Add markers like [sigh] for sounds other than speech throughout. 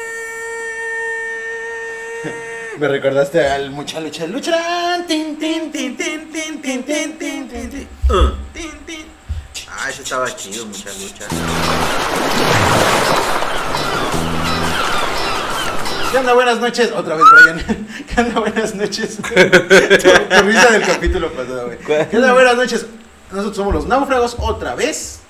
[laughs] Me recordaste al mucha lucha, lucharán. Tin, tin, tin, tin, tin, tin, tin, tin, tin, tin. Tin, tin. Ah, eso estaba chido, mucha lucha. ¿Qué onda? Buenas noches. Otra vez, Brian. [laughs] ¿Qué onda? Buenas noches. [laughs] tu, tu risa del capítulo pasado, güey. ¿Cuál? ¿Qué onda? Buenas noches. Nosotros somos los náufragos otra vez.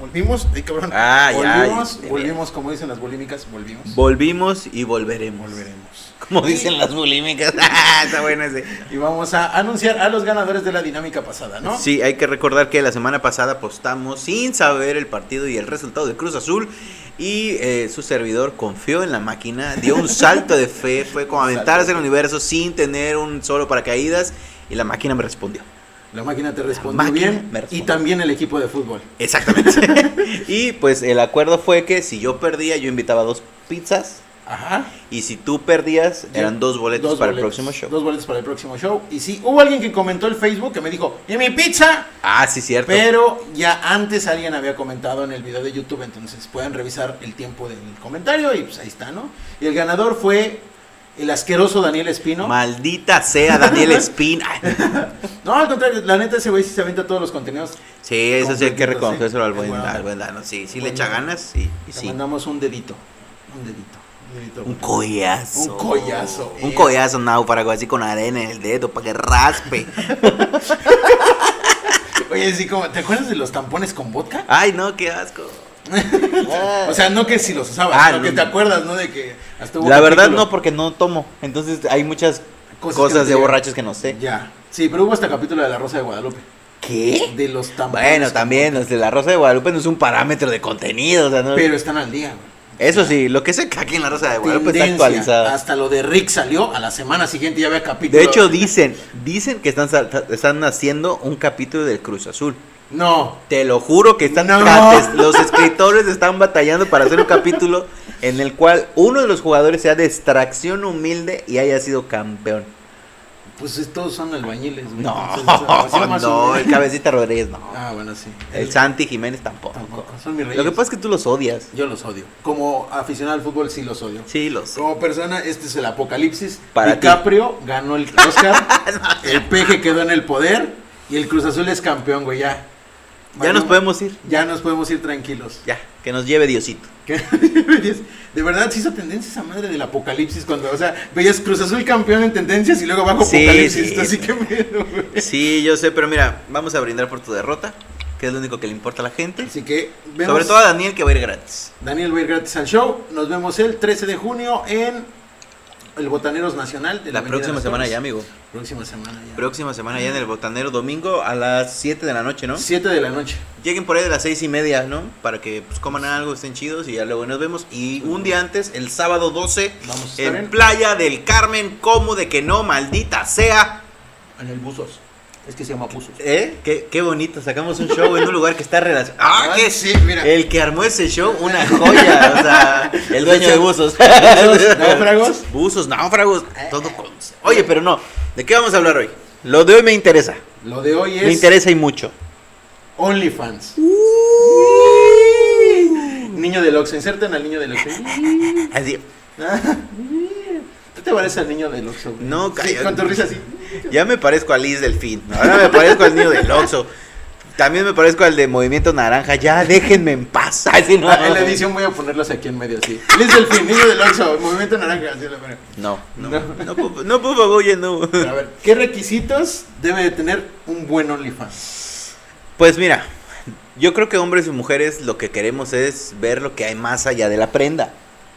Volvimos. Ay, cabrón. Ah, ya, volvimos, ya. volvimos, como dicen las bolímicas, volvimos. Volvimos y volveremos. Volveremos. Como dicen las bulímicas. [laughs] Ah, Está bueno ese. Y vamos a anunciar a los ganadores de la dinámica pasada, ¿no? Sí, hay que recordar que la semana pasada apostamos sin saber el partido y el resultado de Cruz Azul. Y eh, su servidor confió en la máquina, dio un salto de [laughs] fe, fue como Un salto aventarse de al fe. universo sin tener un solo paracaídas. Y la máquina me respondió. La máquina te respondió máquina bien. me Y respondió. también el equipo de fútbol. Exactamente. [laughs] [laughs] y pues el acuerdo fue que si yo perdía, yo invitaba dos pizzas. Ajá. Y si tú perdías, eran dos boletos Dos para boletos, el próximo show. Dos boletos para el próximo show. Y sí, hubo alguien que comentó en Facebook que me dijo, ¿y mi pizza? Ah, sí, cierto. Pero ya antes alguien había comentado en el video de YouTube, entonces pueden revisar el tiempo del comentario y pues ahí está, ¿no? Y el ganador fue el asqueroso Daniel Espino. Maldita sea [laughs] Daniel Espín. Ay, No, al contrario, la neta ese güey sí se aventa todos los contenidos. Sí, eso sí hay que Completito, reconocérselo sí. al buen, Bueno, al buen Dano. Sí, sí le bueno. echa ganas y, y Le sí. mandamos un dedito, un dedito, un dedito. Un collazo. Un collazo. Un collazo náufrago así con arena en el dedo para que raspe. Oye, sí, como, ¿te acuerdas de los tampones con vodka? Ay, no, qué asco. [laughs] O sea, no que si los usabas, Ah, sino no, que te no. acuerdas, ¿no? De que hasta hubo la verdad capítulo- no porque no tomo. Entonces hay muchas cosas, que no te de llegan. borrachos que no sé. Ya. Sí, pero hubo hasta capítulo de La Rosa de Guadalupe. ¿Qué? De los tampones. Bueno, también los de la Rosa de Guadalupe no es un parámetro de contenido, o sea, no- Pero están al día. güey. eso sí, lo que se caque en la Rosa de Guadalupe está Tendencia. Ah, actualizado. Hasta lo de Rick salió a la semana siguiente ya había capítulo. De hecho, dicen, dicen que están, sal- están haciendo un capítulo del Cruz Azul. no. Te lo juro que están No. trates- los escritores están batallando para hacer un capítulo en el cual uno de los jugadores sea de extracción humilde y haya sido campeón. Pues estos son albañiles. güey. [laughs] No, Entonces, o sea, más o no, menos. el cabecita Rodríguez no. Ah, bueno, sí. El Santi Jiménez tampoco. Tampoco, Son mis Lo reyes. que pasa es que tú los odias. Yo los odio. Como aficionado al fútbol sí los odio. Sí, los. Como persona, este es el apocalipsis. Para ti. DiCaprio ganó el [laughs] Oscar. el peje quedó en el poder. Y el Cruz Azul es campeón, güey, ya. Ya nos Valió- podemos ir. Ya nos podemos ir tranquilos. [laughs] Ya, que nos lleve Diosito. ¿Qué? de verdad se hizo tendencia esa madre del apocalipsis cuando, o sea, veías Cruz Azul campeón en tendencias y luego bajo Sí, apocalipsis. sí, así sí. que miedo, güey. Sí, yo sé, pero mira, vamos a brindar por tu derrota, que es lo único que le importa a la gente. Así que vemos Sobre todo a Daniel que va a ir gratis. Daniel va a ir gratis al show. Nos vemos el 13 de junio en el Botaneros Nacional. De La Avenida próxima Las semana Torres. ya, amigo. Próxima semana ya. Próxima semana ya en el Botanero, domingo a las 7 de la noche, ¿no? 7 de la noche. Lleguen por ahí de las 6 y media, ¿no? Para que pues, coman algo, estén chidos y ya luego nos vemos. Y un día antes, el sábado 12, Vamos a estar en, en- Playa del Carmen, ¿cómo de que no? Maldita sea. En el Buzos. Es que se llama Buzos. ¿Eh? Qué, qué bonito, sacamos un show en un lugar que está relacionado. ¡Ah, Ay, que sí, mira. El que armó ese show, una joya. O sea, el dueño de buzos. [laughs] náufragos. Buzos, náufragos, todo con. Oye, pero no, ¿de qué vamos a hablar hoy? Lo de hoy me interesa. Lo de hoy Me es interesa Uh. y mucho. OnlyFans. Niño del Oxxo. Inserten al niño del Oxxo. [laughs] Así, ¿Tú te pareces al niño del Oxxo? güey? No, Sí, cállate. con tu risa así. ya me parezco a Liz Delfín. Ahora me parezco al niño del Oxxo. También me parezco al de Movimiento Naranja. Ya déjenme en paz. [laughs] Así no. Ah, en la edición voy a ponerlos aquí en medio, así. Liz Delfín, niño del Oxxo, movimiento naranja, así lo pongo. No, no. No. No, por- no, por favor, ya no. Pero a ver, ¿qué requisitos debe de tener un buen OnlyFans? Pues mira, yo creo que hombres y mujeres lo que queremos es ver lo que hay más allá de la prenda.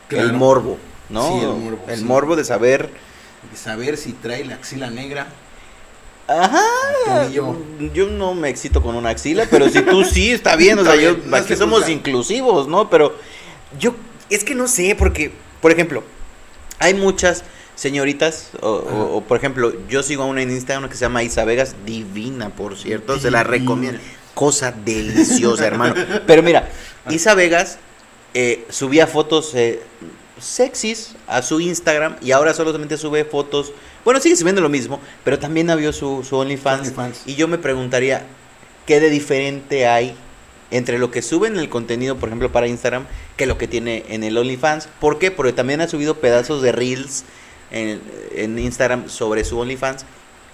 Claro. El morbo, ¿no? Sí, el morbo, El sí. morbo de saber. Saber si trae la axila negra. Ajá. Platillo. Yo no me excito con una axila, pero si tú [laughs] sí, está bien. O Está sea, yo, bien, no aquí se somos juzga. inclusivos, ¿no? Pero yo, es que no sé, porque, por ejemplo, hay muchas señoritas, o, o- o, por ejemplo, yo sigo a una en Instagram que se llama Isa Vegas, divina, por cierto, se la Divina. recomiendo. Cosa deliciosa, hermano. [laughs] Pero mira, Ah. Isa Vegas eh, subía fotos eh, sexys a su Instagram y ahora solamente sube fotos. Bueno, sigue subiendo lo mismo, pero también abrió su, su OnlyFans. OnlyFans. Y yo me preguntaría, ¿qué de diferente hay entre lo que sube en el contenido, por ejemplo, para Instagram, que lo que tiene en el OnlyFans? ¿Por qué? Porque también ha subido pedazos de reels en, en Instagram sobre su OnlyFans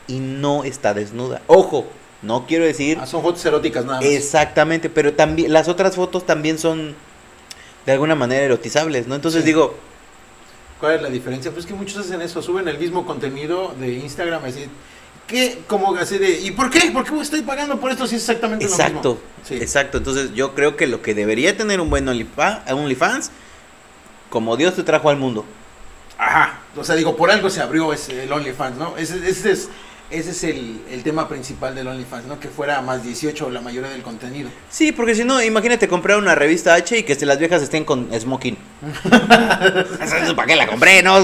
y no está desnuda. Ojo, no quiero decir Ah, son fotos eróticas nada más. exactamente, pero también las otras fotos también son de alguna manera erotizables, ¿no? Entonces Sí. digo, ¿Cuál es la diferencia? Pues que muchos hacen eso, suben el mismo contenido de Instagram así. ¿Qué? Como así de, ¿y por qué? ¿Por qué estoy pagando por esto si es exactamente lo Exacto, mismo? Sí. exacto. Entonces yo creo que lo que debería tener un buen OnlyFa- OnlyFans, como Dios te trajo al mundo. Ajá. O sea, digo, por algo se abrió ese, el OnlyFans, ¿no? Ese, ese es, ese es el, el tema principal del OnlyFans, ¿no? Que fuera más 18 la mayoría del contenido. Sí, porque si no, imagínate comprar una revista H y que este- las viejas estén con [laughs] smoking. [laughs] ¿Para qué la compré? No?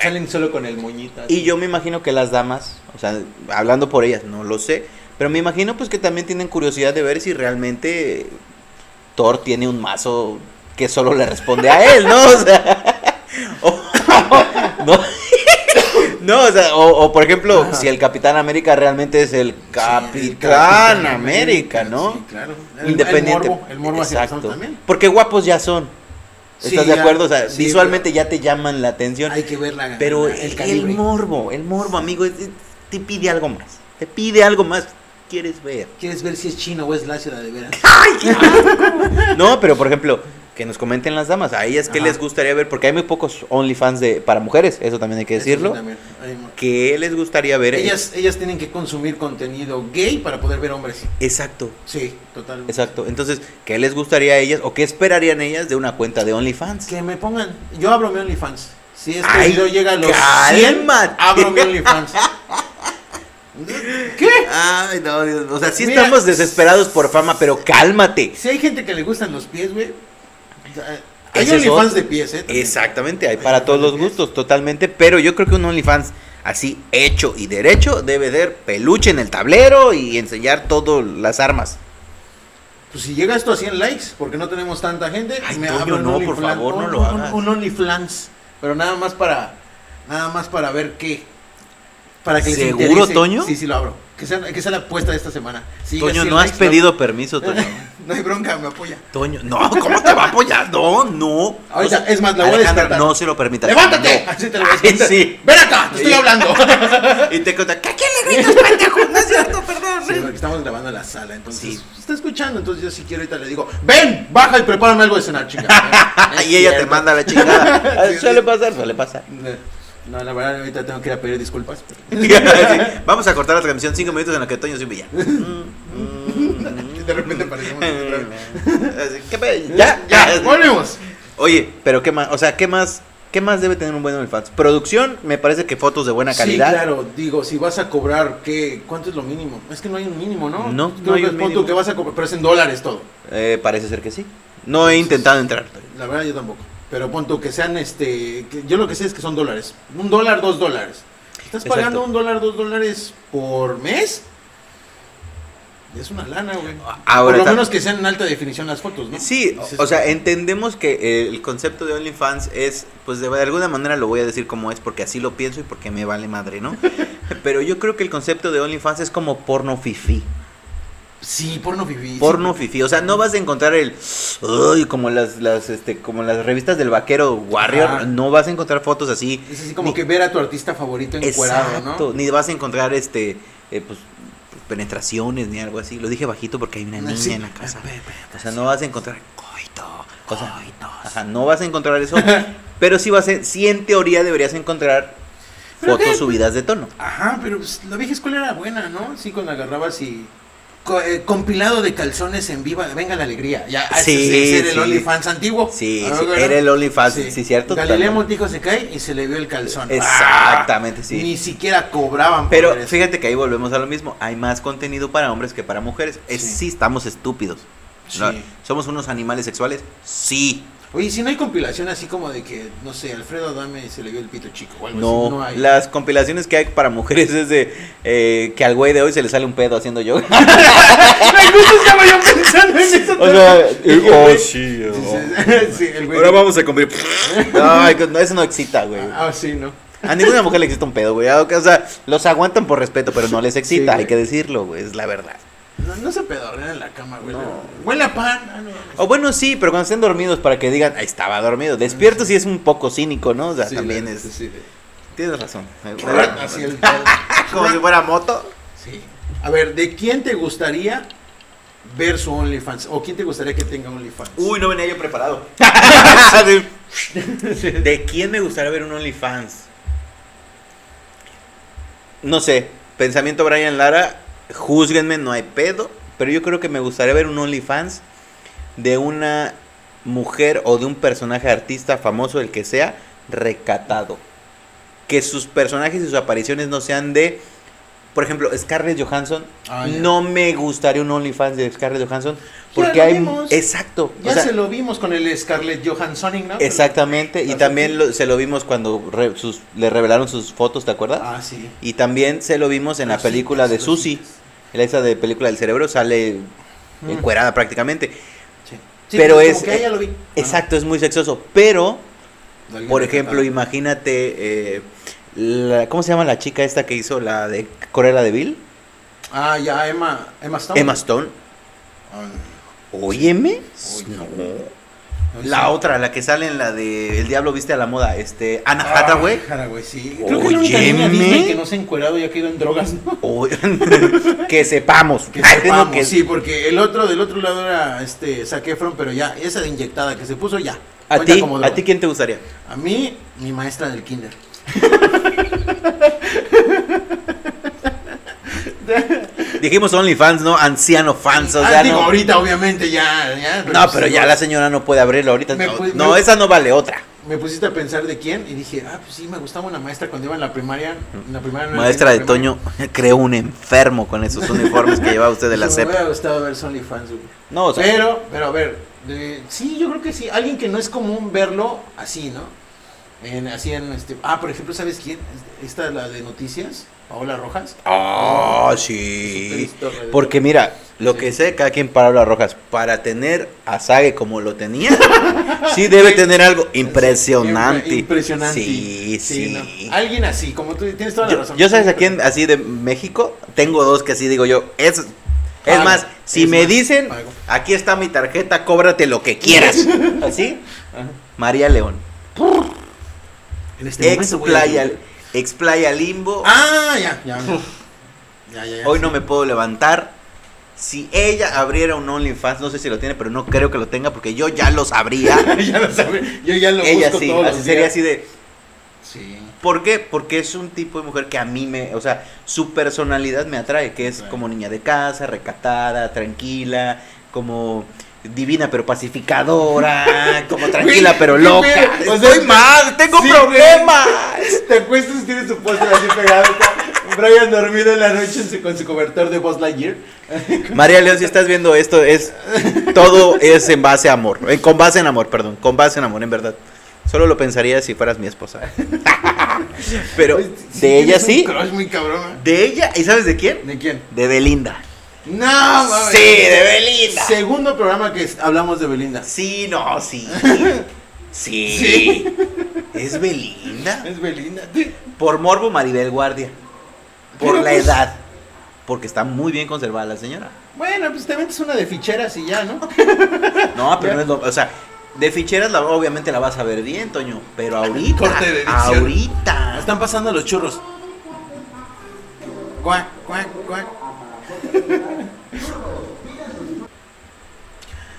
Salen solo con el moñito. así. Y yo me imagino que las damas, o sea, hablando por ellas, no lo sé, pero me imagino pues que también tienen curiosidad de ver si realmente Thor tiene un mazo que solo le responde a él, ¿no? [laughs] O sea, o- [laughs] no, [laughs] no, o sea, o, o, por ejemplo, Ajá. si el Capitán América realmente es el Sí, Capitán, el Capitán América, ¿no? Sí, claro. El- Independiente. El morbo, el morbo hacia Exacto. nosotros también. Porque guapos ya son. Sí, ¿Estás de ya, acuerdo? O sea, sí, visualmente ya te llaman la atención. Hay que ver la. Pero la- el, el calibre. morbo, el morbo, amigo, es- es- te pide algo más. Te pide algo más. Quieres ver. [laughs] ¿Quieres ver si es chino o es la ciudad de veras? No, pero por ejemplo, que nos comenten las damas. A ellas que Ajá. les gustaría ver, porque hay muy pocos OnlyFans de, para mujeres, eso también hay que Eso sí decirlo. también, hay mo- ¿Qué les gustaría ver? Ellas, ellas tienen que consumir contenido gay para poder ver hombres. Exacto, Sí, totalmente. exacto. Entonces, ¿qué les gustaría a ellas o qué esperarían ellas de una cuenta de OnlyFans? Que me pongan. Yo abro mi OnlyFans. Si este Ay, video llega a los cálmate. 100, abro mi OnlyFans. ¿Qué? Ay, no, Dios. O sea, sí Mira. estamos desesperados por fama, pero cálmate. Si hay gente que le gustan los pies, güey. Hay Ese es OnlyFans de otro. pies, ¿eh? también. Exactamente, hay Hay para todos los OnlyFans. gustos, totalmente. Pero yo creo que un OnlyFans así hecho y derecho debe ver peluche en el tablero y enseñar todas las armas. Pues si llega esto a 100 likes, porque no tenemos tanta gente, Ay, me Toño, abro un no, por OnlyFans. favor, no un- lo un- hagas. Un OnlyFans, pero nada más para nada más para ver qué. Para que les ¿Seguro, interese. Toño? Sí, sí lo abro. Que sea, que sea la apuesta de esta semana. Si llega a Toño, 100 no has likes, [laughs] pedido permiso, lo- Toño. no hay bronca, me apoya. Toño, no, ¿cómo te va a apoyar? No, no. Ahorita, No se- es más, la voy a Alejandra, descartar. No se lo permitas. ¡Levántate! No. Así te lo voy a Ay, decir. sí. ¡Ven acá! ¡Te estoy Sí. [laughs] hablando! Y te cuenta, ¿qué a quién le gritas, pendejo? No es cierto, perdón. Sí, porque estamos grabando en la sala, entonces pues, Sí. está escuchando, entonces yo si quiero ahorita le digo, ven, baja y prepárame algo de cenar, [laughs] chica. Es y ella te cierto. manda a la chingada. Ah, Sí, sí. Suele pasar, suele pasar. No, la verdad ahorita tengo que ir a pedir [laughs] disculpas. [laughs] Sí. Vamos a cortar la transmisión cinco minutos en la que Toño se humilla. [laughs] De repente parecemos [laughs] Así, ¿qué pe- Ya, Mm. ya, volvemos. Oye, pero qué más, o sea, qué más, qué más debe tener un buen OnlyFans. Producción, me parece que fotos de buena calidad. Sí, claro, digo, si vas a cobrar, ¿qué? ¿cuánto es lo mínimo? Es que no hay un mínimo, ¿no? No, Creo no hay que un pon tú mínimo. que vas a cobrar, pero es en dólares todo. Eh, parece ser que sí. No he intentado entrar. La verdad yo tampoco. Pero pon tú que sean, este, que- yo lo que sé es que son dólares. Un dólar, dos dólares. Estás Exacto. pagando un dólar, dos dólares por mes. Es una lana, güey. por Ahora lo tam- menos que sean en alta definición las fotos, ¿no? Sí, Dices, o, o sea, entendemos que eh, el concepto de OnlyFans es, pues de alguna manera lo voy a decir como es, porque así lo pienso y porque me vale [laughs] madre, ¿no? Pero yo creo que el concepto de OnlyFans es como porno fifi. sí, porno viví. Porno fifi. O sea, no vas a encontrar el. Uy, como las, las, este, como las revistas del vaquero Warrior. Ajá. No vas a encontrar fotos así. Es así como Ni- que ver a tu artista favorito encuerado, Exacto, ni vas a encontrar este eh, pues, penetraciones ni algo así. Lo dije bajito porque hay una ¿no? niña Sí. en la casa. [laughs] Pe- pe- O sea, no vas a encontrar coito, cosas- Ajá, no vas a encontrar [laughs] eso, pero sí vas a, sí en teoría deberías encontrar ¿Pero fotos qué? subidas de tono. Ajá, pero pues, la vieja escuela era buena, ¿no? Sí, cuando agarrabas y... co- eh, compilado de calzones en viva, venga la alegría. Ya, ah, Sí, ese- ese era sí. el OnlyFans antiguo. Sí, Ah, sí, bueno. era el OnlyFans, sí, cierto. Galileo totalmente. Montijo se cae y se le vio el calzón. Exactamente, Ah, sí. Ni siquiera cobraban por Pero ver eso. fíjate que ahí volvemos a lo mismo. Hay más contenido para hombres que para mujeres. Es, Sí. sí. estamos estúpidos. ¿no? Sí. ¿Somos unos animales sexuales? Sí. Oye, si no hay compilación así como de que, no sé, Alfredo Adame se le vio el pito chico o algo Pues No, así. No hay. las compilaciones que hay para mujeres [laughs] es de eh, que al güey de hoy se le sale un pedo haciendo yoga. [laughs] Ay, justo estaba yo pensando en eso. [laughs] o [laughs] sea, Dije, oh, [laughs] güey. sí, oh. Dices, sí, [laughs] el güey. Ahora vamos a cumplir. Ay, [laughs] no, eso no excita, güey. Ah, sí, ¿no? A ninguna mujer le excita un pedo, güey. O sea, los aguantan por respeto, pero no les excita, Sí, hay güey. que decirlo, güey, es la verdad. No, no se pedorrean en la cama, güey. No. Huele a pan. Ah, no. O bueno, sí, pero cuando estén dormidos para que digan, "Ay, estaba dormido. Despierto sí es un poco cínico, ¿no? O sea, Sí, también la- es... sí, de- Tienes razón. Me- Así [laughs] el tal. Como si fuera moto. Sí. A ver, ¿de quién te gustaría ver su OnlyFans? ¿O quién te gustaría que tenga OnlyFans? Uy, no venía yo [laughs] preparado. ¿De quién me gustaría ver un OnlyFans? No sé. Pensamiento Brian Lara. Júzguenme, no hay pedo. Pero yo creo que me gustaría ver un OnlyFans de una mujer o de un personaje artista famoso, el que sea, recatado. Que sus personajes y sus apariciones no sean de. Por ejemplo, Scarlett Johansson. Ah, ya. No me gustaría un OnlyFans de Scarlett Johansson. Ya Porque lo hay. vimos. Exacto. Ya o sea, se lo vimos con el Scarlett Johansson, ¿no? Exactamente, y Así que- también lo- se lo vimos cuando re- sus- le revelaron sus fotos, ¿te acuerdas? Ah, sí. Y también se lo vimos en la Cositas, película de Susi, cositas. la esa de película del cerebro, sale Mm. Ah. encuerada prácticamente. Sí. Pero como es- que, ah, ya lo vi. Exacto, es muy sexoso, pero, Ah, no. por ejemplo, imagínate, eh, la- ¿cómo se llama la chica esta que hizo la de Corella de Bill? Ah, ya, Emma, Emma Stone. Emma Stone. Ah, Óyeme. Oye. No. no, sí. La otra, la que sale en la de El Diablo Viste a la Moda, este, Ana Ah, Hathaway. Hathaway, sí. Creo que es la única Óyeme. niña Disney que no se ha encuerado y ha caído en drogas, ¿no? O- [laughs] que sepamos. [laughs] Que Ay, tengo sepamos, que- sí, porque el otro del otro lado era este Zac Efron, pero ya, esa de inyectada que se puso ya. ¿A cuenta ti? como droga. ¿A ti quién te gustaría? A mí, mi maestra del kinder. Dijimos OnlyFans, ¿no? Anciano fans, o Ah, sea, digo, no. ahorita obviamente ya, ya, No, pero sí, ya no. la señora no puede abrirlo ahorita. Me No, pu- no, me- esa no vale otra. Me pusiste a pensar de quién y dije, ah, pues sí, me gustaba una maestra cuando iba en la primaria. en la primaria no era Maestra de en la primaria. Toño, creo un enfermo con esos uniformes que lleva usted [laughs] de la Me CEP. hubiera gustado ver Sony Fans, güey. No, o sea, Pero, pero a ver, de- sí, yo creo que sí. Alguien que no es común verlo así, ¿no? En- así en este. Ah, por ejemplo, ¿sabes quién? Esta es la de noticias, Paola Rojas. Ah, sí. Superhistorra de- Porque mira, lo Sí. que sé, cada quien para hablar rojas, para tener a Sage como lo tenía, [laughs] sí debe tener algo impresionante. Impresionante. Sí, sí. ¿no? Alguien así, como tú tienes toda la Yo, razón. yo sabes a quién, así de México, tengo dos que así digo yo. Es, es Pago, más, si es me más, dicen, pago. aquí está mi tarjeta, cóbrate lo [laughs] que quieras. ¿Así? Ajá. María León. En este Ex momento voy a- playa, ex Playa Limbo. Ah, ya, [laughs] ya. ya, ya, ya, Hoy sí. no me puedo levantar. Si ella abriera un OnlyFans, no sé si lo tiene, pero no creo que lo tenga porque yo ya lo sabría. [laughs] ya lo sabe. Yo ya [laughs] lo ella busco sí, todos así los sería días. así de. Sí. [laughs] ¿Por qué? Porque es un tipo de mujer que a mí me, o sea, su personalidad me atrae, que es Claro. como niña de casa, recatada, tranquila, como divina pero [laughs] pacificadora, como tranquila Güey, pero qué loca. pedo, o sea, Estoy mal, tengo sí, problemas. Te acuestas y tienes su póster así pegado. está Brian dormido en la noche en su- con su cobertor de Buzz Lightyear. María León, si estás viendo esto, [laughs] es todo es en base a amor, eh, con base en amor, perdón, con base en amor, en verdad. Solo lo pensaría si fueras mi esposa. [laughs] pero Pues, de ella tienes sí, Un crush muy cabrón. ¿eh? de ella, ¿y sabes de quién? ¿De quién? De Belinda. No, mames. Sí, de Belinda. Segundo programa que es- hablamos de Belinda. Sí, [laughs] no, sí. Sí. Sí. Es Belinda. Es Belinda. Por morbo, Maribel Guardia. Por Pero la pues- edad. Porque está muy bien conservada la señora. Bueno, pues te metes una de ficheras y ya, ¿no? No, pero Ya. no es lo. O sea, de ficheras la- obviamente la vas a ver bien, Toño. [laughs] Pero ahorita. Corte de edición. ahorita. Están pasando los churros. Cuac, cuac, cuac.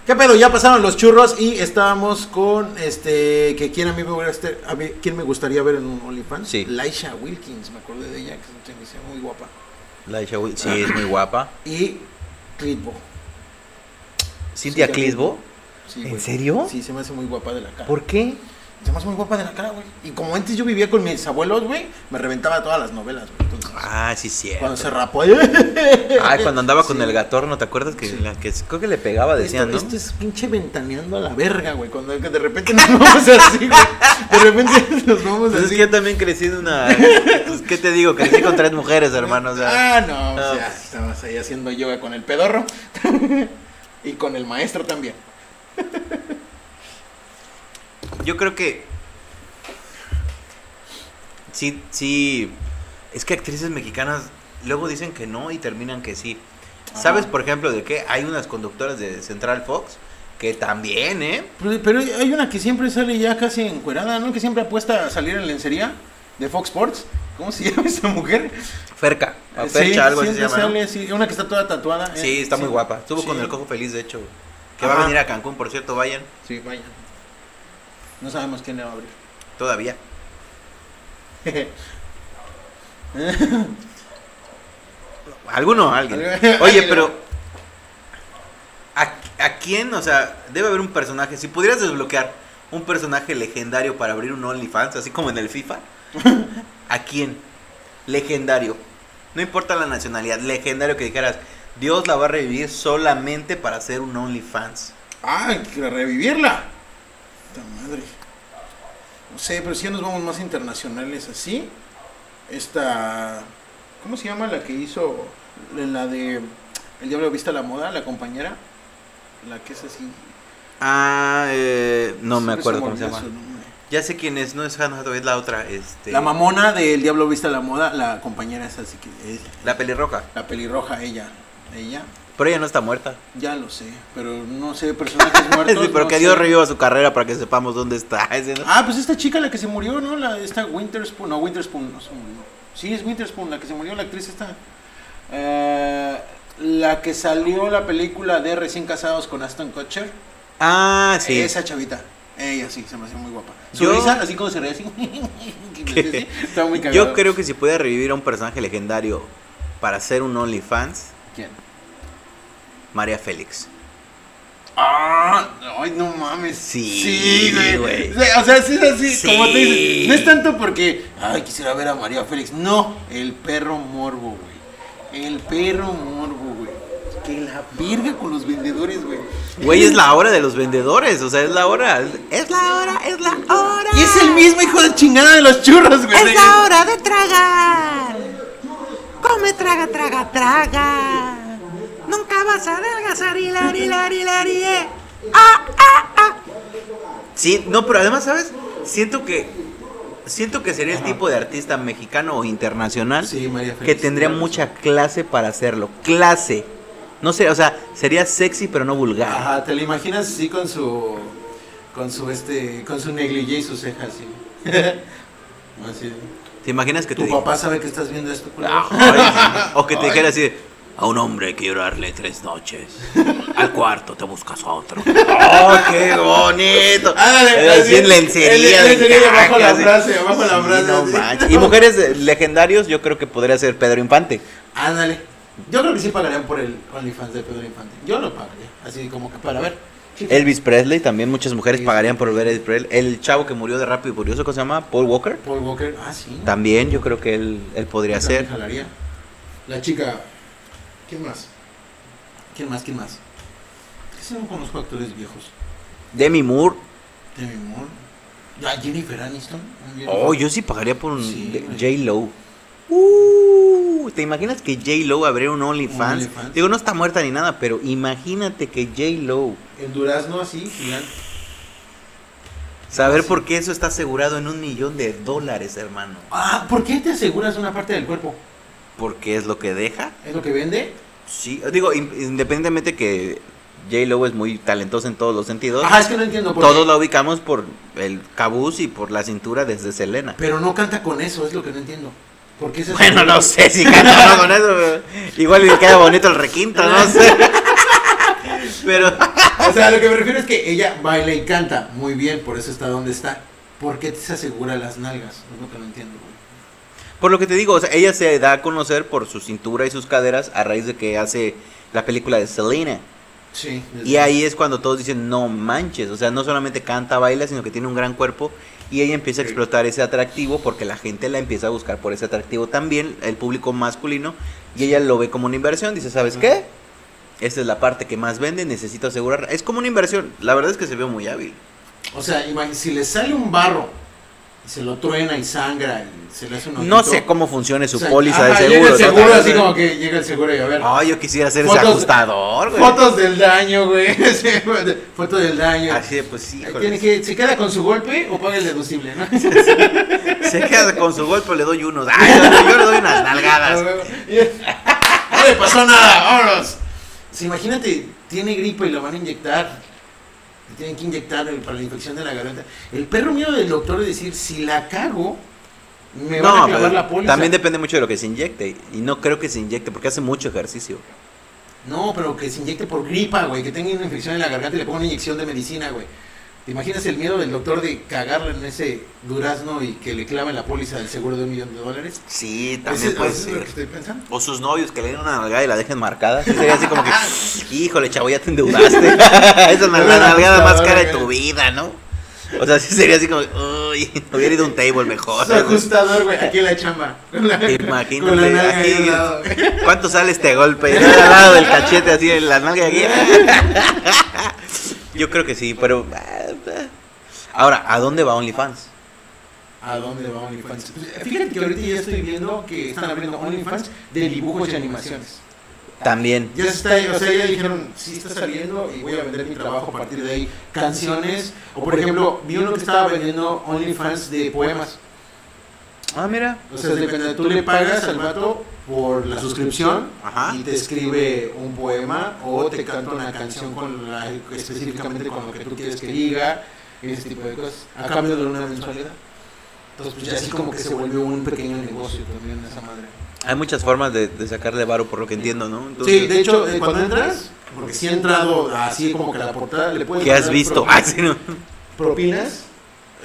¿Qué pedo? Ya pasaron los churros y estábamos con este que quién a mí me gustaría, a mí- quién me gustaría ver en un OnlyFans. Sí. Laisha Wilkins, me acordé de ella, que se me hacía muy guapa. La de Shaw- sí, es muy guapa. Y Clitbo. Cintia Sí, ya. Clisbo. Sí, ¿En güey. serio? Sí, se me hace muy guapa de la cara. ¿Por qué? Se me hace muy guapa de la cara, güey. Y como antes yo vivía con mis abuelos, güey, me reventaba todas las novelas, güey. Entonces, Ah, sí, sí. cuando se rapó. [laughs] Ah, cuando andaba con Sí. el gatorno, ¿te acuerdas que, Sí. la que creo que le pegaba, decían, esto, ¿no? esto es pinche ventaneando a la verga, güey. Cuando que de repente nos vamos así, güey. De repente nos vamos Pues es así. que yo también crecí de una. pues, ¿Qué te digo? Crecí con tres mujeres, hermano. O sea, ah, no, o ah, sea, pues. estabas ahí haciendo yoga con el pedorro [laughs] y con el maestro también. yo creo que. Sí, sí. Es que actrices mexicanas luego dicen que no y terminan que sí. ¿Sabes, Ajá. por ejemplo, de qué? Hay unas conductoras de Central Fox que también, ¿eh? Pero, pero hay una que siempre sale ya casi encuerada, ¿no? Que siempre apuesta a salir en lencería. de Fox Sports. ¿Cómo se [laughs] llama esa mujer? Ferca. Eh, o sí, Fercha, algo así se siempre llama. sale, ¿no? sí, una que está toda tatuada. eh. Sí, está muy guapa. Estuvo Sí. con el cojo feliz, de hecho. Que va Ajá. a venir a Cancún, por cierto, vayan. Sí, vaya. No sabemos quién le va a abrir. Todavía. Alguno, alguien. Alguien. Oye, pero. ¿a, a quién? O sea, debe haber un personaje. Si pudieras desbloquear un personaje legendario para abrir un OnlyFans, así como en el FIFA, ¿a quién? Legendario. No importa la nacionalidad, legendario que dijeras. Dios la va a revivir solamente para hacer un OnlyFans. [laughs] ¡Ay, que revivirla! ¡Puta madre! No sé, pero si ya nos vamos más internacionales así. Esta. ¿Cómo se llama la que hizo? La de. El Diablo Vista a la Moda, la compañera. La que es así. Ah, eh, no me Siempre acuerdo me cómo se olvida llama. su nombre. Ya sé quién es, no es Hannah Hathaway, es la otra. Este, La mamona del Diablo Vista a la Moda, la compañera es así que. es La pelirroja. la pelirroja, ella. Ella. Pero ella no está muerta. Ya lo sé, pero no sé, [laughs] personajes muertos. Sí, pero no que sé. Dios reviva su carrera para que sepamos dónde está. [laughs] Ese, ¿no? Ah, pues esta chica la que se murió, ¿no? La, esta Winterspoon, no, Winterspoon no se murió. Sí, es Winterspoon, la que se murió, la actriz esta. Eh, la que salió la película de Recién Casados con Aston Kutcher. Ah, sí. Esa chavita. Ella sí, se me hace muy guapa. Su Yo- risa, así como se reía así. [laughs] ¿Qué? Está muy cagado. Yo creo que si pudiera revivir a un personaje legendario para ser un OnlyFans, ¿Quién? María Félix. Ah, ay, no mames. Sí, güey. O sea, o sea, sí es así, Sí. como te dices. No es tanto porque, ay, quisiera ver a María Félix. No, el perro morbo, güey. El perro morbo, güey. Que la verga con los vendedores, güey. Güey, es la hora de los vendedores, o sea, es la hora. Es la hora, es la hora. Y es el mismo hijo de chingada de los churros, güey. Es la hora de tragar. Come, traga, traga, traga. Nunca vas a adelgazar, hilar, hilar, hilar, y, eh. Ah, ah, ah. Sí, no, pero además, ¿sabes? Siento que siento que sería el tipo de artista mexicano o internacional Sí, María que Félix, tendría claro. mucha clase para hacerlo. Clase. No sé, o sea, sería sexy pero no vulgar. Ajá, te lo imaginas así con su. Con su este. Con su negligé y sus cejas, sí. [laughs] así. ¿Te imaginas que te Ah, Tu diga- papá sabe que estás viendo esto, culero? Ay, [laughs] o que te Ay. dijera así, de, a un hombre hay que llorarle tres noches. Al cuarto te buscas otro. ¡Oh, qué bonito! Ándale, Así así, en lencería. en de lencería, abajo la caca, así. frase, abajo la frase, no así. manches. Y mujeres eh, legendarios, yo creo que podría ser Pedro Infante. Ándale. Yo creo que sí pagarían por el OnlyFans de Pedro Infante. Yo lo pagaría. Así como que para ver. Elvis Presley, también muchas mujeres Sí. pagarían por ver a Elvis Presley. El chavo que murió de rápido y furioso, ¿cómo se llama? Paul Walker. Paul Walker. Ah, sí. También yo creo que él, él podría También ser. jalaría. La chica. ¿Quién más? ¿Quién más? ¿Quién más? Casi no conozco actores viejos. Demi Moore. Demi Moore. Ya, Jennifer Aniston. Oh, yo sí pagaría por un Sí, de- güey. J-Lo. Uh, ¿Te imaginas que J-Lo abriera un OnlyFans? OnlyFans. Digo, no está muerta ni nada, pero imagínate que J-Lo. El durazno así, gigante. Saber Sí. por qué eso está asegurado en un millón de dólares, hermano. Ah, ¿por qué te aseguras una parte del cuerpo? Porque es lo que deja. ¿Es lo que vende? Sí, digo, in- independientemente que J-Lo es muy talentoso en todos los sentidos. Ajá, es que no entiendo. por qué. Todos la ubicamos por el cabuz y por la cintura desde Selena. Pero no canta con eso, es lo que no entiendo. Porque ese es- Bueno, no sé si canta o no con eso. pero Igual le queda bonito el requinto, no sé. Pero O sea, lo que me refiero es que ella baila y canta muy bien, por eso está donde está. ¿Por qué se asegura las nalgas? Es lo que no entiendo, güey. por lo que te digo, o sea, ella se da a conocer por su cintura y sus caderas a raíz de que hace la película de Selena. Sí. desde- Y ahí es cuando todos dicen, no manches, o sea, no solamente canta, baila, sino que tiene un gran cuerpo y ella empieza a explotar ese atractivo porque la gente la empieza a buscar por ese atractivo también, el público masculino, y ella lo ve como una inversión, dice, ¿sabes qué? Esta es la parte que más vende, necesito asegurar. Es como una inversión, la verdad es que se vio muy hábil. O sea, imag- si le sale un barro y se lo truena y sangra y se le hace un No ojito, sé cómo funcione su o sea, póliza ajá, Llega de seguro. el ¿no? Ah, seguro, así como que llega el seguro y a ver. Ay, yo quisiera ser ese Fotos- ajustador, güey. fotos del daño, güey. [laughs] Sí, Fotos del daño. Así de, pues sí, Ahí tiene que, ¿Se queda con su golpe o paga el deducible, [laughs] no? Se queda con su golpe, le doy unos. Ay, yo, yo le doy unas [laughs] nalgadas. Ah, No le pasó nada, vámonos. Sí, imagínate, tiene gripa y la van a inyectar. Le tienen eh, que inyectar el- para la infección de la garganta. El perro mío del doctor de decir, si la cago, Me van a No, clavar pero la póliza. también depende mucho de lo que se inyecte. Y no creo que se inyecte porque hace mucho ejercicio. No, pero que se inyecte por gripa, güey. Que tenga una infección en la garganta y le ponga una inyección de medicina, güey. ¿Te imaginas el miedo del doctor de cagarle en ese durazno y que le clave la póliza del seguro de un millón de dólares? Sí, Ese- eso es lo que estoy pensando. O sus novios que le den una nalgada y la dejen marcada. Sí, sería así como que, [laughs] híjole, chavo, ya te endeudaste. [laughs] Esa es la Hubiera nalgada más ajustado, cara de güey. tu vida, ¿no? O sea, sí sería así como, uy, hubiera ido a un table mejor. Su ajustador, güey, aquí en la chamba. Con la- con la [laughs] Imagínate, nalga ahí aquí, al lado, güey. [laughs] ¿cuánto sale este golpe? Y al lado del cachete, así en la nalga [laughs] aquí. Yo creo que sí, pero. ah, Ahora, ¿a dónde va OnlyFans? ¿A dónde va OnlyFans? Fíjate que ahorita ya estoy viendo que están abriendo OnlyFans de dibujos y animaciones. También. Ya se está, o sea, ya dijeron, sí está saliendo y voy a vender mi trabajo a partir de ahí. Canciones, o por ejemplo, vi uno que estaba vendiendo OnlyFans de poemas. Ah, mira. O sea, depende, tú le pagas al vato por la suscripción Ajá. y te escribe un poema o te canta una canción con la- específicamente con lo que tú quieres que diga, ese tipo de cosas, a cambio de una mensualidad. Entonces, pues ya así como que se volvió un pequeño negocio también esa madre. Hay muchas formas de, de sacarle varo, por lo que entiendo, ¿no? Entonces, Sí, de hecho, eh, cuando entras, porque si he entrado así como que a la portada, le puedes ¿Qué has dar visto? propinas- [laughs] Ah, sí, no. propinas,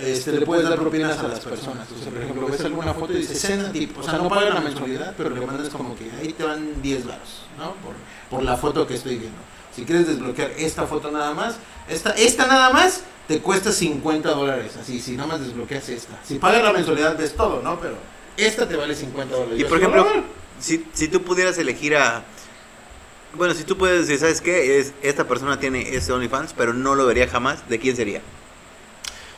este, le puedes dar propinas a las personas. O sea, por ejemplo, ves alguna foto y dice cena tip. O sea, no pagan la mensualidad, pero le mandas como que ahí te van 10 varos, ¿no? Por, por la foto que estoy viendo. Si quieres desbloquear esta foto nada más, esta, esta nada más te cuesta 50 dólares. Así, si nada más desbloqueas esta. Si pagas la mensualidad, ves todo, ¿no? Pero esta te vale 50 dólares. Y Yo por así, ejemplo, "Órale". si, si tú pudieras elegir a. Bueno, si tú puedes decir, ¿sabes qué? Es, esta persona tiene ese OnlyFans, pero no lo vería jamás. ¿De quién sería?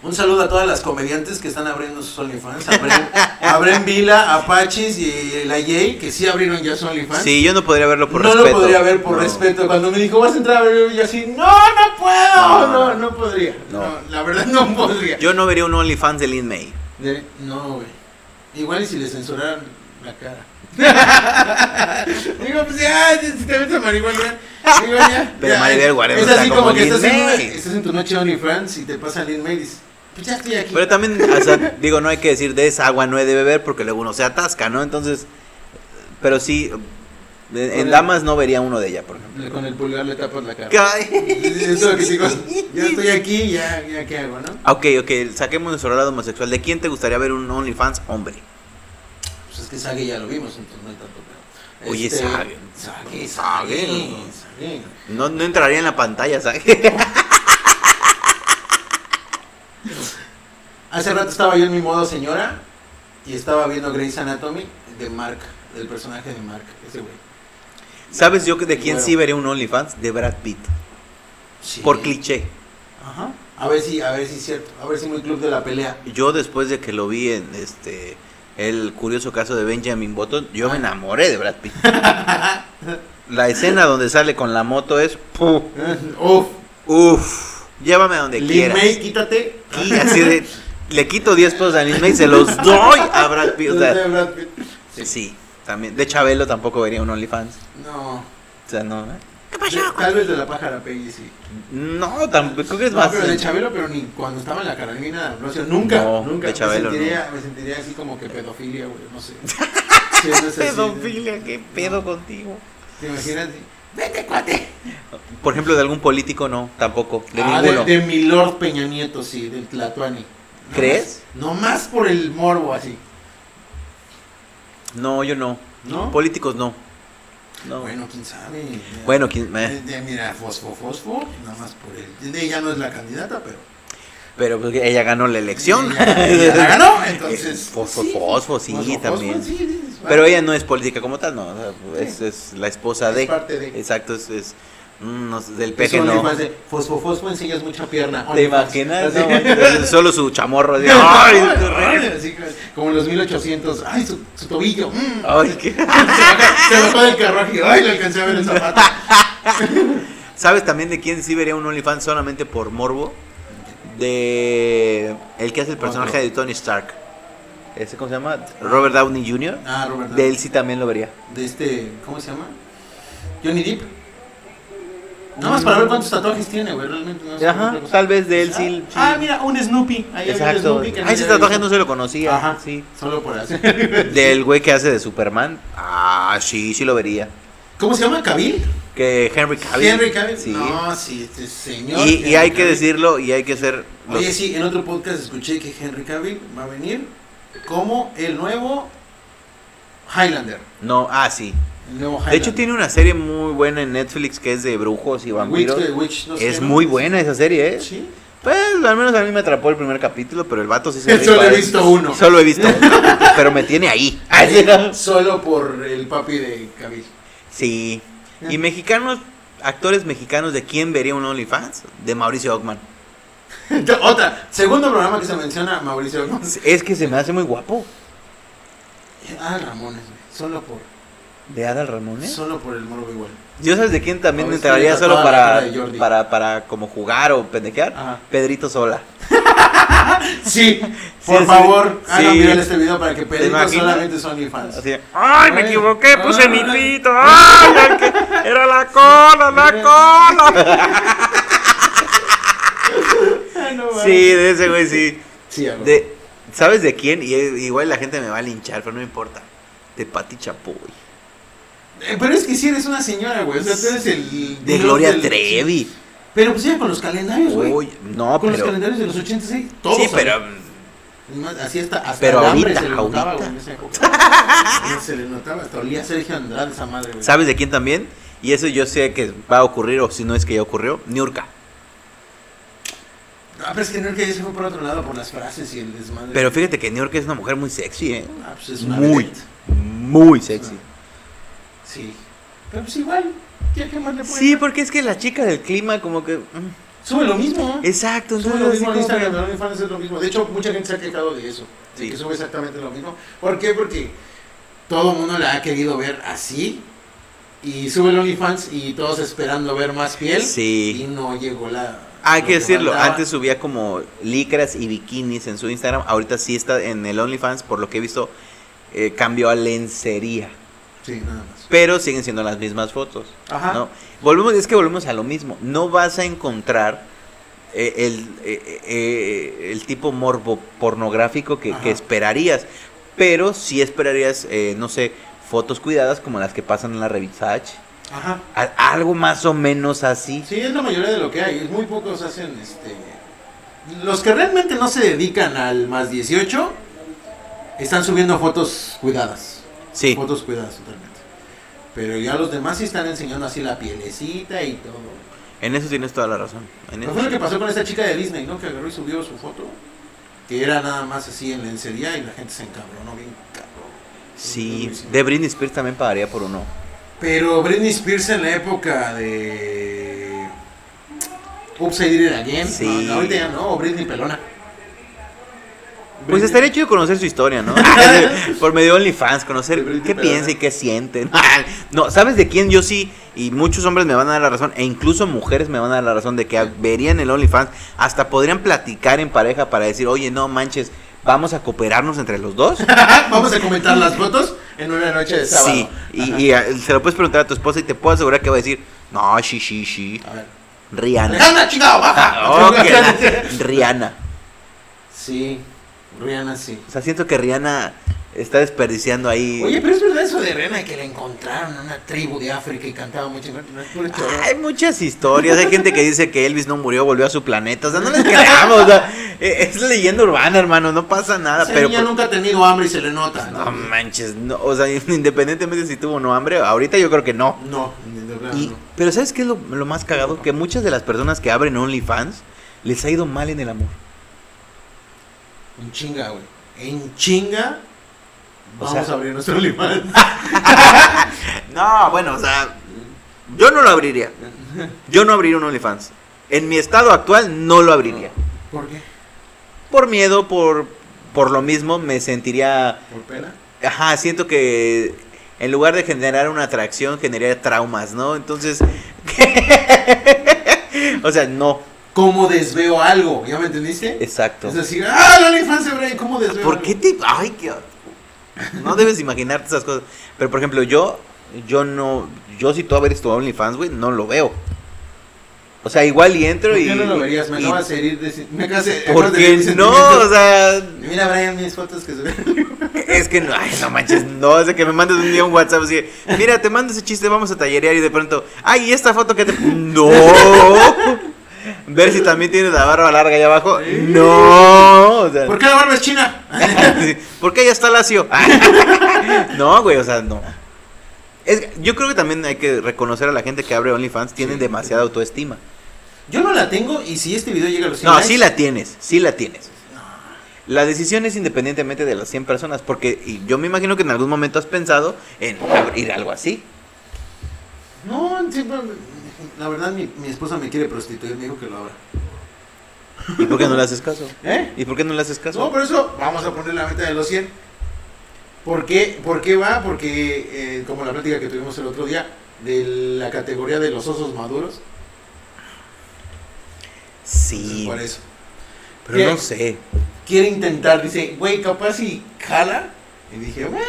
Un saludo a todas las comediantes que están abriendo sus OnlyFans. Abren, [laughs] abren Vila, Apaches y la Jay, que sí abrieron ya su OnlyFans. Sí, yo no podría verlo por no respeto. lo podría ver por No. respeto. Cuando me dijo, vas a entrar a ver, yo así, no, no puedo. No, No, no, no. podría. No. No. la verdad [laughs] no podría. Yo no vería un OnlyFans de Lin May. De- no, güey. Igual y si le censuraran la cara. [laughs] Digo, pues ya, si te metes a Maribel, ya. Digo, ya. Pero ya. Maribel Guardia Es no está así como como que Lin estás en, una- May. estás en tu noche de OnlyFans y te pasa Lin May y dices, pues ya estoy aquí. Pero también, o sea, digo, no hay que decir de esa agua no he de beber porque luego uno se atasca, ¿no? Entonces, pero sí, en, en damas no vería uno de ella, por ejemplo. Con el pulgar le tapas la [laughs] cara. Ay. Es lo que digo. Ya estoy aquí, ya, ya qué hago, ¿no? Ah, Ok, ok, saquemos nuestro lado homosexual. ¿De quién te gustaría ver un OnlyFans hombre? Pues es que Sage ya lo vimos, entonces no hay tanto pedo. Este, Oye, Sage. Sage, Sage, Sage. No, no entraría en la pantalla, ¿sabes? [laughs] Hace rato estaba yo en mi modo señora y estaba viendo Grey's Anatomy de Mark, del personaje de Mark, ese güey. ¿Sabes yo que de quién Bueno. sí vería un OnlyFans? De Brad Pitt. Sí. Por cliché. Ajá. A ver si, a ver si es cierto. A ver si muy club de la pelea. [laughs] Yo después de que lo vi en este el curioso caso de Benjamin Button, yo me enamoré de Brad [laughs] Pitt. la escena donde sale con la moto es ¡puf! Uf. uff, llévame a donde Lin quieras. May, quítate. Y así de le quito 10 pesos a Lin May y se los doy a Brad Pitt. O sea, [laughs] Brad Pitt. sí, también de Chabelo tampoco vería un OnlyFans. No. O sea, no. ¿eh? ¿Qué pasó? Tal vez de la pájara Peggy, sí. No, tampoco es No, más. pero de Chabelo, pero ni cuando estaba en la Carolina, no sé, nunca, No, nunca. de Chabelo, me, sentiría, me sentiría así como que pedofilia, güey, no [laughs] sé. Sí, no sé, sí, Pedofilia, qué pedo contigo. ¿Te imaginas? ¡Vete, cuate! Por ejemplo, de algún político no, tampoco, de Ah, ninguno. de, Milord Peña Nieto, sí, del Tlatuani. No ¿Crees? más- No más por el morbo, así, No, yo no. ¿no? Políticos no. No. Bueno, quién sabe. Ya. Bueno, quién- eh, De- de- mira, Fosfo Fosfo, nada más por él. Ella no es la candidata, pero. pero pues ella ganó la elección. Ella, ella la ganó, entonces. Fosfo, fosfo, sí, Fosfo, también. Fosfo, sí, es- [laughs] Pero ella no es política como tal, no. o sea, es, es la esposa Es de. parte de. Exacto, es, es, mm, no sé, del Es peje no. OnlyFans de fosfo, fosfo, enseñas mucha pierna. ¿Te OnlyFans. imaginas? Así. [laughs] No, es solo su chamorro. así, Ay, ¡Ay! ay, así que- como los 1800. Ay, su, su tobillo. mm. [laughs] Ay, qué- Se baja- Se bajó del carruaje. Ay, le alcancé a ver el zapato. ¿Sabes también de quién sí vería un OnlyFans solamente por morbo? De. El que hace el personaje Otro. de Tony Stark. ¿Ese cómo se llama? Robert Downey Jr. Ah, Robert. De él sí también lo vería. De este, ¿cómo se llama? Johnny Depp. Nada más para ver cuántos tatuajes tiene, güey. Realmente no sé Ajá, otra cosa. tal vez de él sí. sí. Ah, mira, un Snoopy. Ahí había un Exacto. Snoopy que Ah, ese había tatuaje no visto. se lo conocía. Ajá. Sí. Solo por así. Del güey que hace de Superman. Ah, sí, sí lo vería. ¿Cómo se llama? ¿Cabil? Que Henry Cavill. Henry Cavill. Sí. No, sí, este señor. y, y Henry hay que Cavill. decirlo y hay que ser. los- Oye, sí, en otro podcast escuché que Henry Cavill va a venir como el nuevo Highlander. No, ah, sí. El nuevo De hecho, tiene una serie muy buena en Netflix que es de brujos y vampiros. Es muy buena esa serie, ¿eh? Sí. Pues al menos a mí me atrapó el primer capítulo, pero el vato sí se Solo rifa, he ¿eh? visto uno. Ah, Solo [laughs] he visto uno, pero me tiene ahí. Solo por el papi de Cavill. [laughs] Sí. Y mexicanos, actores mexicanos, ¿de quién vería un OnlyFans? De Mauricio Ockman. Otra, segundo programa que se menciona Mauricio Gómez. Es que se me hace muy guapo. Ah, Ramones, güey. Solo por, ¿Eh? De Adal Ramones. solo por el morbo igual. Yo sabes de quién también me Mauricio entraría Ockman, solo toda la para, cara de Jordi. Ah. para, para como jugar o pendejear. Ajá. Pedrito Sola. Sí, por Ah. [laughs] sí. favor, Sí. hagan viral este video para que Pedrito imaginas? solamente son fans. Así de, ¡Ay, Ah. me Ay, Ah. equivoqué! Puse ay. mi pito. ¡Ay, el que- era la cola, la cola! Sí, de ese güey, sí. Sí, a huevo. De, ¿Sabes de quién? Y eh, igual la gente me va a linchar, pero no me importa. De Pati Chapoy. Eh, Pero es que si eres una señora, güey. O sea, tú eres Pues el. De dios Gloria del- Trevi. Pero pues ya con los calendarios, güey. Uy, no, con los pero. calendarios de los 80, sí. Todos. Sí, saben. pero. mm, Es más, Así hasta. hasta Pero el hambre ahorita, se le notaba, güey, ahorita. en esa [laughs] época. No se le notaba. Hasta olía a Sergio Andrade esa madre, güey. ¿Sabes de quién también? Y eso yo sé que va a ocurrir, o si no es que ya ocurrió, Niurka. Ah, pero es que no que se fue por otro lado por las frases y el desmadre. Pero fíjate que Niurka es una mujer muy sexy, ¿eh? Ah, pues es una Muy, vedette. Ah. muy sexy. Sí. Pero pues igual. ¿Qué, qué más le puede Sí, dar? porque es que la chica del clima, como que. mm, Sube lo mismo. ¿eh? Exacto, Sube entonces. lo así mismo en como Instagram, que- en OnlyFans es lo mismo. De hecho, mucha gente se ha quejado de eso. de Sí. que sube exactamente lo mismo. ¿Por qué? Porque todo el mundo la ha querido ver así. Y sube el OnlyFans y todos esperando ver más piel. Sí. Y no llegó la. Hay lo que decirlo, mandaba. antes subía como licras y bikinis en su Instagram, ahorita sí está en el OnlyFans, por lo que he visto, eh, cambió a lencería, Sí, nada más. pero siguen siendo las mismas fotos. Ajá. ¿no? Volvemos, es que volvemos a lo mismo, no vas a encontrar eh, el, eh, eh, el tipo morbo pornográfico que, Ajá. que esperarías, pero sí esperarías, eh, no sé, fotos cuidadas como las que pasan en la revista H, Ajá. a- algo más o menos así. Sí, es la mayoría de lo que hay. Es muy pocos hacen este. Los que realmente no se dedican al más 18 están subiendo fotos cuidadas. Sí. Fotos cuidadas totalmente. Pero ya los demás sí están enseñando así la pielecita y todo. En eso tienes toda la razón. En ¿No eso fue lo sí. que pasó con esta chica de Disney, no? Que agarró y subió su foto. Que era nada más así en lencería y la gente se encabronó bien cabrón. Sí, de Britney Spears también pagaría por uno. Pero Britney Spears en la época de. Upside It Again. Sí. no, no, ahorita ya no, o Britney Pelona. Pues Britney- [laughs] estaría chido conocer su historia, ¿no? [laughs] por medio de OnlyFans, conocer De Britney qué Spears. piensa y qué siente. no, [laughs] ¿sabes de quién? Yo sí, y muchos hombres me van a dar la razón, e incluso mujeres me van a dar la razón de que verían el OnlyFans, hasta podrían platicar en pareja para decir, oye, no manches, vamos a cooperarnos entre [laughs] los dos. Vamos a comentar las fotos en una noche de sábado. sí, y, y, eh, se lo puedes preguntar a tu esposa y te puedo asegurar que va a decir, no, sí, sí, sí, A ver. [laughs] Rihanna. ¡Alejandra, chingado, baja! [laughs] Ah, ok, la- Rihanna. Sí, Rihanna sí. O sea, siento que Rihanna está desperdiciando ahí. Oye, pero es verdad eso de Rihanna que la encontraron en una tribu de África y cantaba mucho. No es pura chorrada. Hay muchas historias, hay gente que dice que Elvis no murió, volvió a su planeta, o sea, no les creamos, o sea, e- es leyenda urbana, hermano, no pasa nada, Esa pero niña por- nunca ha tenido hambre y se le nota. no manches, no, o sea, [laughs] independientemente si tuvo o no hambre, ahorita yo creo que no. No, de verdad Y, no. pero ¿sabes qué es lo, lo más cagado? Que muchas de las personas que abren OnlyFans les ha ido mal en el amor. En chinga, güey. En chinga. O vamos sea- a abrir nuestro [laughs] OnlyFans. No, bueno, o sea, yo no lo abriría. Yo no abriría un OnlyFans. En mi estado actual no lo abriría. ¿Por qué? Por miedo, por, por lo mismo, me sentiría ¿Por pena? Ajá, siento que en lugar de generar una atracción, generaría traumas, ¿no? Entonces. [laughs] o sea, no, ¿Cómo desveo algo? ¿Ya me entendiste? exacto. Es decir, ¡ah, la infancia, Brian! ¿Cómo desveo ¿Por algo? qué te.? Ay, qué. asco. No debes imaginarte esas cosas. Pero por ejemplo, yo. Yo no. Yo si tú abres tu OnlyFans, güey, no lo veo. O sea, igual y entro ¿Por y. qué no lo verías? Me y- acabas de herir de... Me acabas de... acabas de Porque herir de no, sentimientos. o sea, Mira, Brian, mis fotos que subí. [laughs] es que no, ay, no manches, no, o sea, que me mandes un día un WhatsApp así, de, mira, te mando ese chiste, vamos a tallerear y de pronto, ay, ¿y esta foto que te... No, ver si también tienes la barba larga allá abajo, no, o sea, ¿Por [laughs] qué la barba es china? Sí, ¿Por qué ya está lacio? [laughs] no, güey, o sea, no. Es- yo creo que también hay que reconocer a la gente que abre OnlyFans, tienen demasiada autoestima. Yo no la tengo y si este video llega a los 100 No, likes, sí la tienes, sí la tienes. La decisión es independientemente de las 100 personas, porque y yo me imagino que en algún momento has pensado en abrir algo así. No, sí, pero- la verdad, mi, mi esposa me quiere prostituir, me dijo que lo abra. ¿Y por qué no le haces caso? ¿Eh? ¿Y por qué no le haces caso? No, por eso vamos a poner la meta de los 100. ¿Por qué, ¿Por qué va? Porque, eh, como la plática que tuvimos el otro día, de la categoría de los osos maduros, sí, pues, por eso. pero ¿Qué? no sé. Quiere intentar, dice, güey, capaz si jala. Y dije, "Bueno,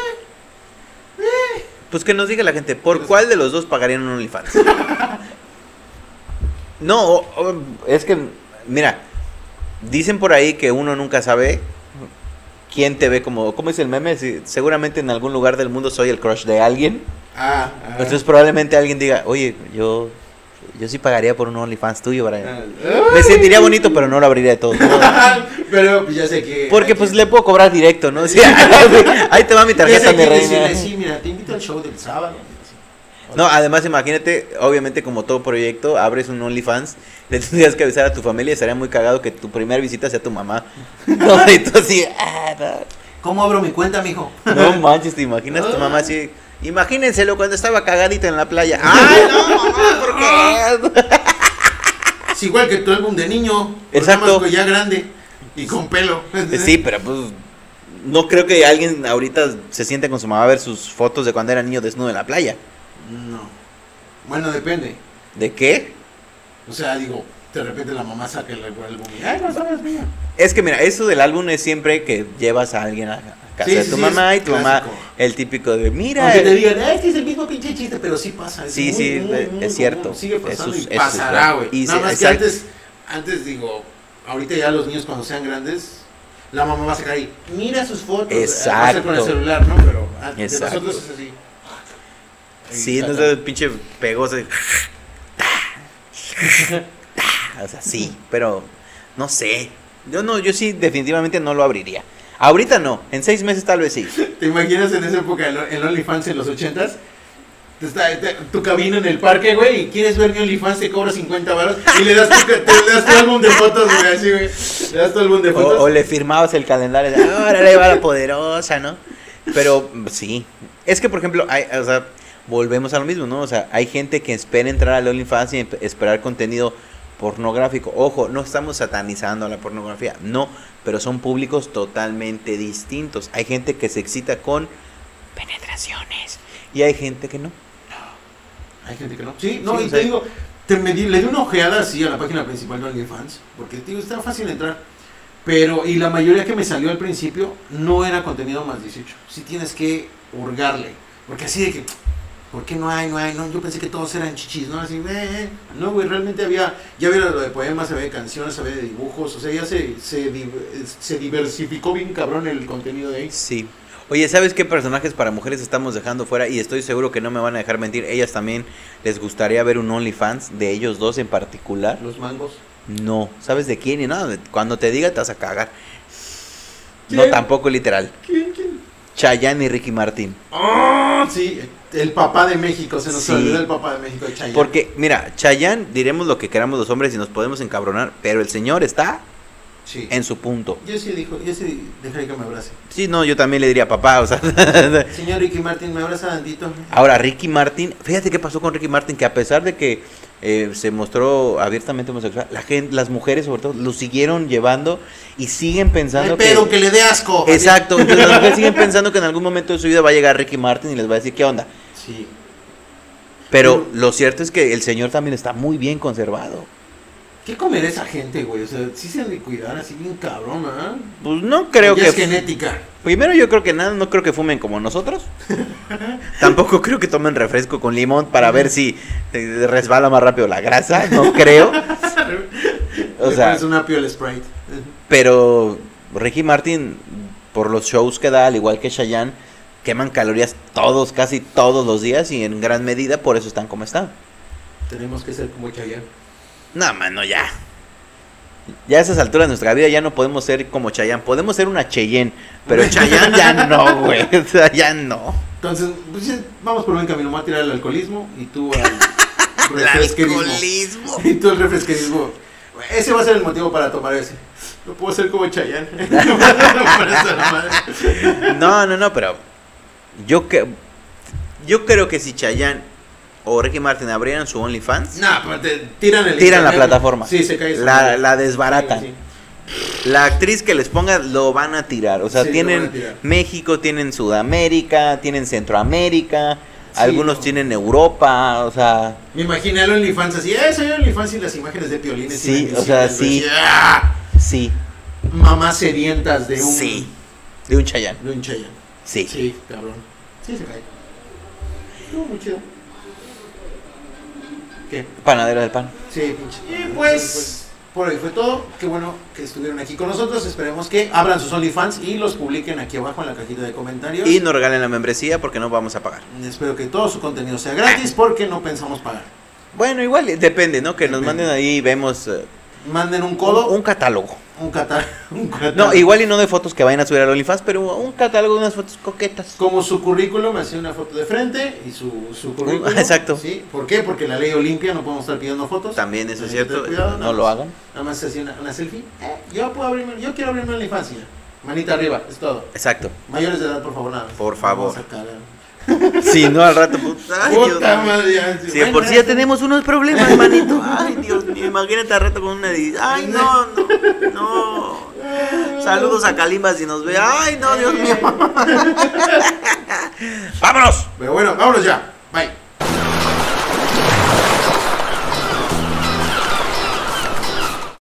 Pues que nos diga la gente, ¿por Pero- cuál de los dos pagarían un [laughs] OnlyFans? no, o- o- es que, mira, dicen por ahí que uno nunca sabe quién te ve como, ¿cómo es el meme? Si- seguramente en algún lugar del mundo soy el crush de alguien. ah, ah, Entonces probablemente alguien diga, oye, yo, yo sí pagaría por un OnlyFans tuyo, Brian. ah, Me sentiría bonito, pero no lo abriría de todo. ah". [laughs] Pero pues, ya sé que. Porque pues le puedo cobrar directo, ¿no? Sí, [laughs] ahí te va mi tarjeta, mi reina. Decirle, sí, mira, te invito al show del sábado. No, además imagínate, obviamente como todo proyecto, abres un OnlyFans, le tendrías que avisar a tu familia y estaría muy cagado que tu primera visita sea tu mamá. [laughs] No, y tú así, ah, ¿Cómo abro mi cuenta, mijo? no, no manches, te imaginas tu mamá así. Imagínenselo cuando estaba cagadita en la playa. [laughs] Ah, ¡Ay, no, mamá! ¿Por qué? Es igual que tu álbum de niño. pero Exacto. nada más que Ya grande y con pelo. Sí, pero pues no creo que alguien ahorita se siente con su mamá a ver sus fotos de cuando era niño desnudo en la playa. No. Bueno, depende. ¿De qué? O sea, digo, de repente la mamá saca el álbum y, ay, no sabes, mía. Es que mira, eso del álbum es siempre que llevas a alguien a a casa Sí, de sí, tu sí, mamá y es tu mamá clásico. el típico de mira Aunque te eh, digan, "Ah, este es el mismo pinche chiste, pero sí pasa. es Sí, muy, sí, muy, es- muy es cierto. común, Sigue pasando Eso es- y eh. Pasará, es güey. y Nada sí, más exacto. que antes, antes digo, ahorita ya los niños cuando sean grandes, la mamá va a sacar ahí, mira sus fotos. eh, Va a ser con el Exacto. celular, ¿no? Pero antes de Exacto. nosotros es así. sí, Ahí no saca. sé, pinche pegoso. y- O sea, sí, pero no sé. Yo no, yo sí definitivamente no lo abriría. Ahorita no, en seis meses tal vez sí. ¿Te imaginas en esa época el, el OnlyFans en los ochentas? Te está- te- tu cabina en el parque, güey, y quieres ver mi OnlyFans, te cobra 50 baros y le das tu, ca- te- le das tu álbum de fotos, güey, así, güey. Le das tu álbum de O, fotos. o le firmabas el calendario, de, ahora le va la poderosa, ¿no? Pero mm, sí, es que por ejemplo, hay, o sea, volvemos a lo mismo, ¿no? O sea, hay gente que espera entrar al OnlyFans y empe- esperar contenido pornográfico. Ojo, no estamos satanizando la pornografía, no, pero son públicos totalmente distintos. Hay gente que se excita con penetraciones y hay gente que no. Hay gente que no. Sí, no, Sí, y te o sea- digo, te me di- le di una ojeada así a la página principal de OnlyFans, porque digo, está fácil entrar. Pero, y la mayoría que me salió al principio no era contenido más 18. Sí tienes que hurgarle. Porque así de que, ¿por qué no hay, no hay? No, yo pensé que todos eran chichis, ¿no? Así, eh, eh. No, güey, realmente había, ya había lo de poemas, había de canciones, había de dibujos. O sea, ya se, se, di- se diversificó bien cabrón el contenido de ahí. Sí. Oye, ¿sabes qué personajes para mujeres estamos dejando fuera? Y estoy seguro que no me van a dejar mentir. Ellas también les gustaría ver un OnlyFans de ellos dos en particular. Los mangos. No, ¿sabes de quién? Y nada, de- cuando te diga te vas a cagar. No, ¿Quién? tampoco literal. ¿Quién, quién? Chayanne y Ricky Martín. Ah, sí, el papá de México, se nos Sí. olvidó el papá de México, de Chayanne. Porque, mira, Chayanne, diremos lo que queramos los hombres y nos podemos encabronar, pero el señor está Sí. en su punto. Yo sí dijo, yo sí dejaré que me abrace. Sí, no, yo también le diría papá, o sea. [laughs] Señor Ricky Martin, me abraza tantito. Ahora, Ricky Martin, fíjate qué pasó con Ricky Martin, que a pesar de que eh, se mostró abiertamente homosexual, la gente, las mujeres sobre todo, lo siguieron llevando y siguen pensando Ay, que... pero que le dé asco. Exacto, entonces [laughs] las mujeres siguen pensando que en algún momento de su vida va a llegar Ricky Martin y les va a decir qué onda. Sí. Pero lo cierto es que el señor también está muy bien conservado. ¿Qué comerá esa gente, güey? O sea, sí se han de cuidar así bien cabrón, ¿ah? Pues no creo Y que. es genética. Primero, yo creo que nada, no creo que fumen como nosotros. Tampoco creo que tomen refresco con limón para ver si eh, resbala más rápido la grasa. No creo. O Le sea, pones una piel Sprite. pero Ricky Martin, por los shows que da, al igual que Chayanne, queman calorías todos, casi todos los días y en gran medida por eso están como están. Tenemos que ser como Chayanne. No, mano, ya. Ya a esas alturas de nuestra vida ya no podemos ser como Chayanne. Podemos ser una Cheyenne, pero Chayanne ya no, güey. O sea, ya no. Entonces, pues, sí, vamos por buen camino. Me voy a tirar al alcoholismo y tú [laughs] al refresquerismo. [laughs] y tú al refresquerismo. Ese va a ser el motivo para tomar ese. No puedo ser como Chayanne. [laughs] No puedo ser la madre. No, no, no, pero yo que yo creo que si Chayanne o Ricky Martin abrieran su OnlyFans, Nah, pero te tiran el Tiran la internet. plataforma. Sí, se cae. esa la, madre. la desbaratan. Sí, La actriz que les ponga lo van a tirar. O sea, Sí, lo van a tienen tirar. México, tienen Sudamérica, tienen Centroamérica, Sí, algunos no. tienen Europa, o sea, sí. Me imaginé al OnlyFans así. Eh, soy OnlyFans y las imágenes de piolines. y Sí, bendiciones, o sea, güey. sí. ¡Ah! sí, Mamás sedientas de un. sí. De un Chayanne, De un Chayanne. sí. Sí, cabrón. Sí, se cae. Estuvo muy chido. ¿Qué? Panadera del pan. Sí, pinche. Y pues, por hoy fue todo. Qué bueno que estuvieron aquí con nosotros. Esperemos que abran sus OnlyFans y los publiquen aquí abajo en la cajita de comentarios. Y nos regalen la membresía porque no vamos a pagar. Espero que todo su contenido sea gratis porque no pensamos pagar. Bueno, igual eh, depende, ¿no? Que nos Depende. manden ahí y vemos eh, Manden un codo, un un, catálogo. catar, [laughs] un catar. No, igual y no de fotos que vayan a subir al OnlyFans, pero un catálogo de unas fotos coquetas. Como su currículum, hacía una foto de frente y su, su currículum. [laughs] exacto. ¿sí? ¿Por qué? Porque la ley Olimpia no podemos estar pidiendo fotos. También eso es Hay que cierto, tener cuidado, no nada lo más. hagan. Nada más hacía una, una selfie. Eh, yo puedo abrirme, yo quiero abrirme la infancia. Manita arriba, es todo. [laughs] Exacto. Mayores de edad, por favor, nada. más. Por favor. Vamos a sacar- Si no al rato, puta, ay, Dios Puta mío. madre, ya. Si de por sí ya tenemos unos [laughs] problemas, manito. Ay, Dios mío, imagínate al rato con una di- Ay, no, no, no. [laughs] Saludos a Kalimba si nos ve. Ay, no, Dios mío. ¡Vámonos! Pero bueno, vámonos ya.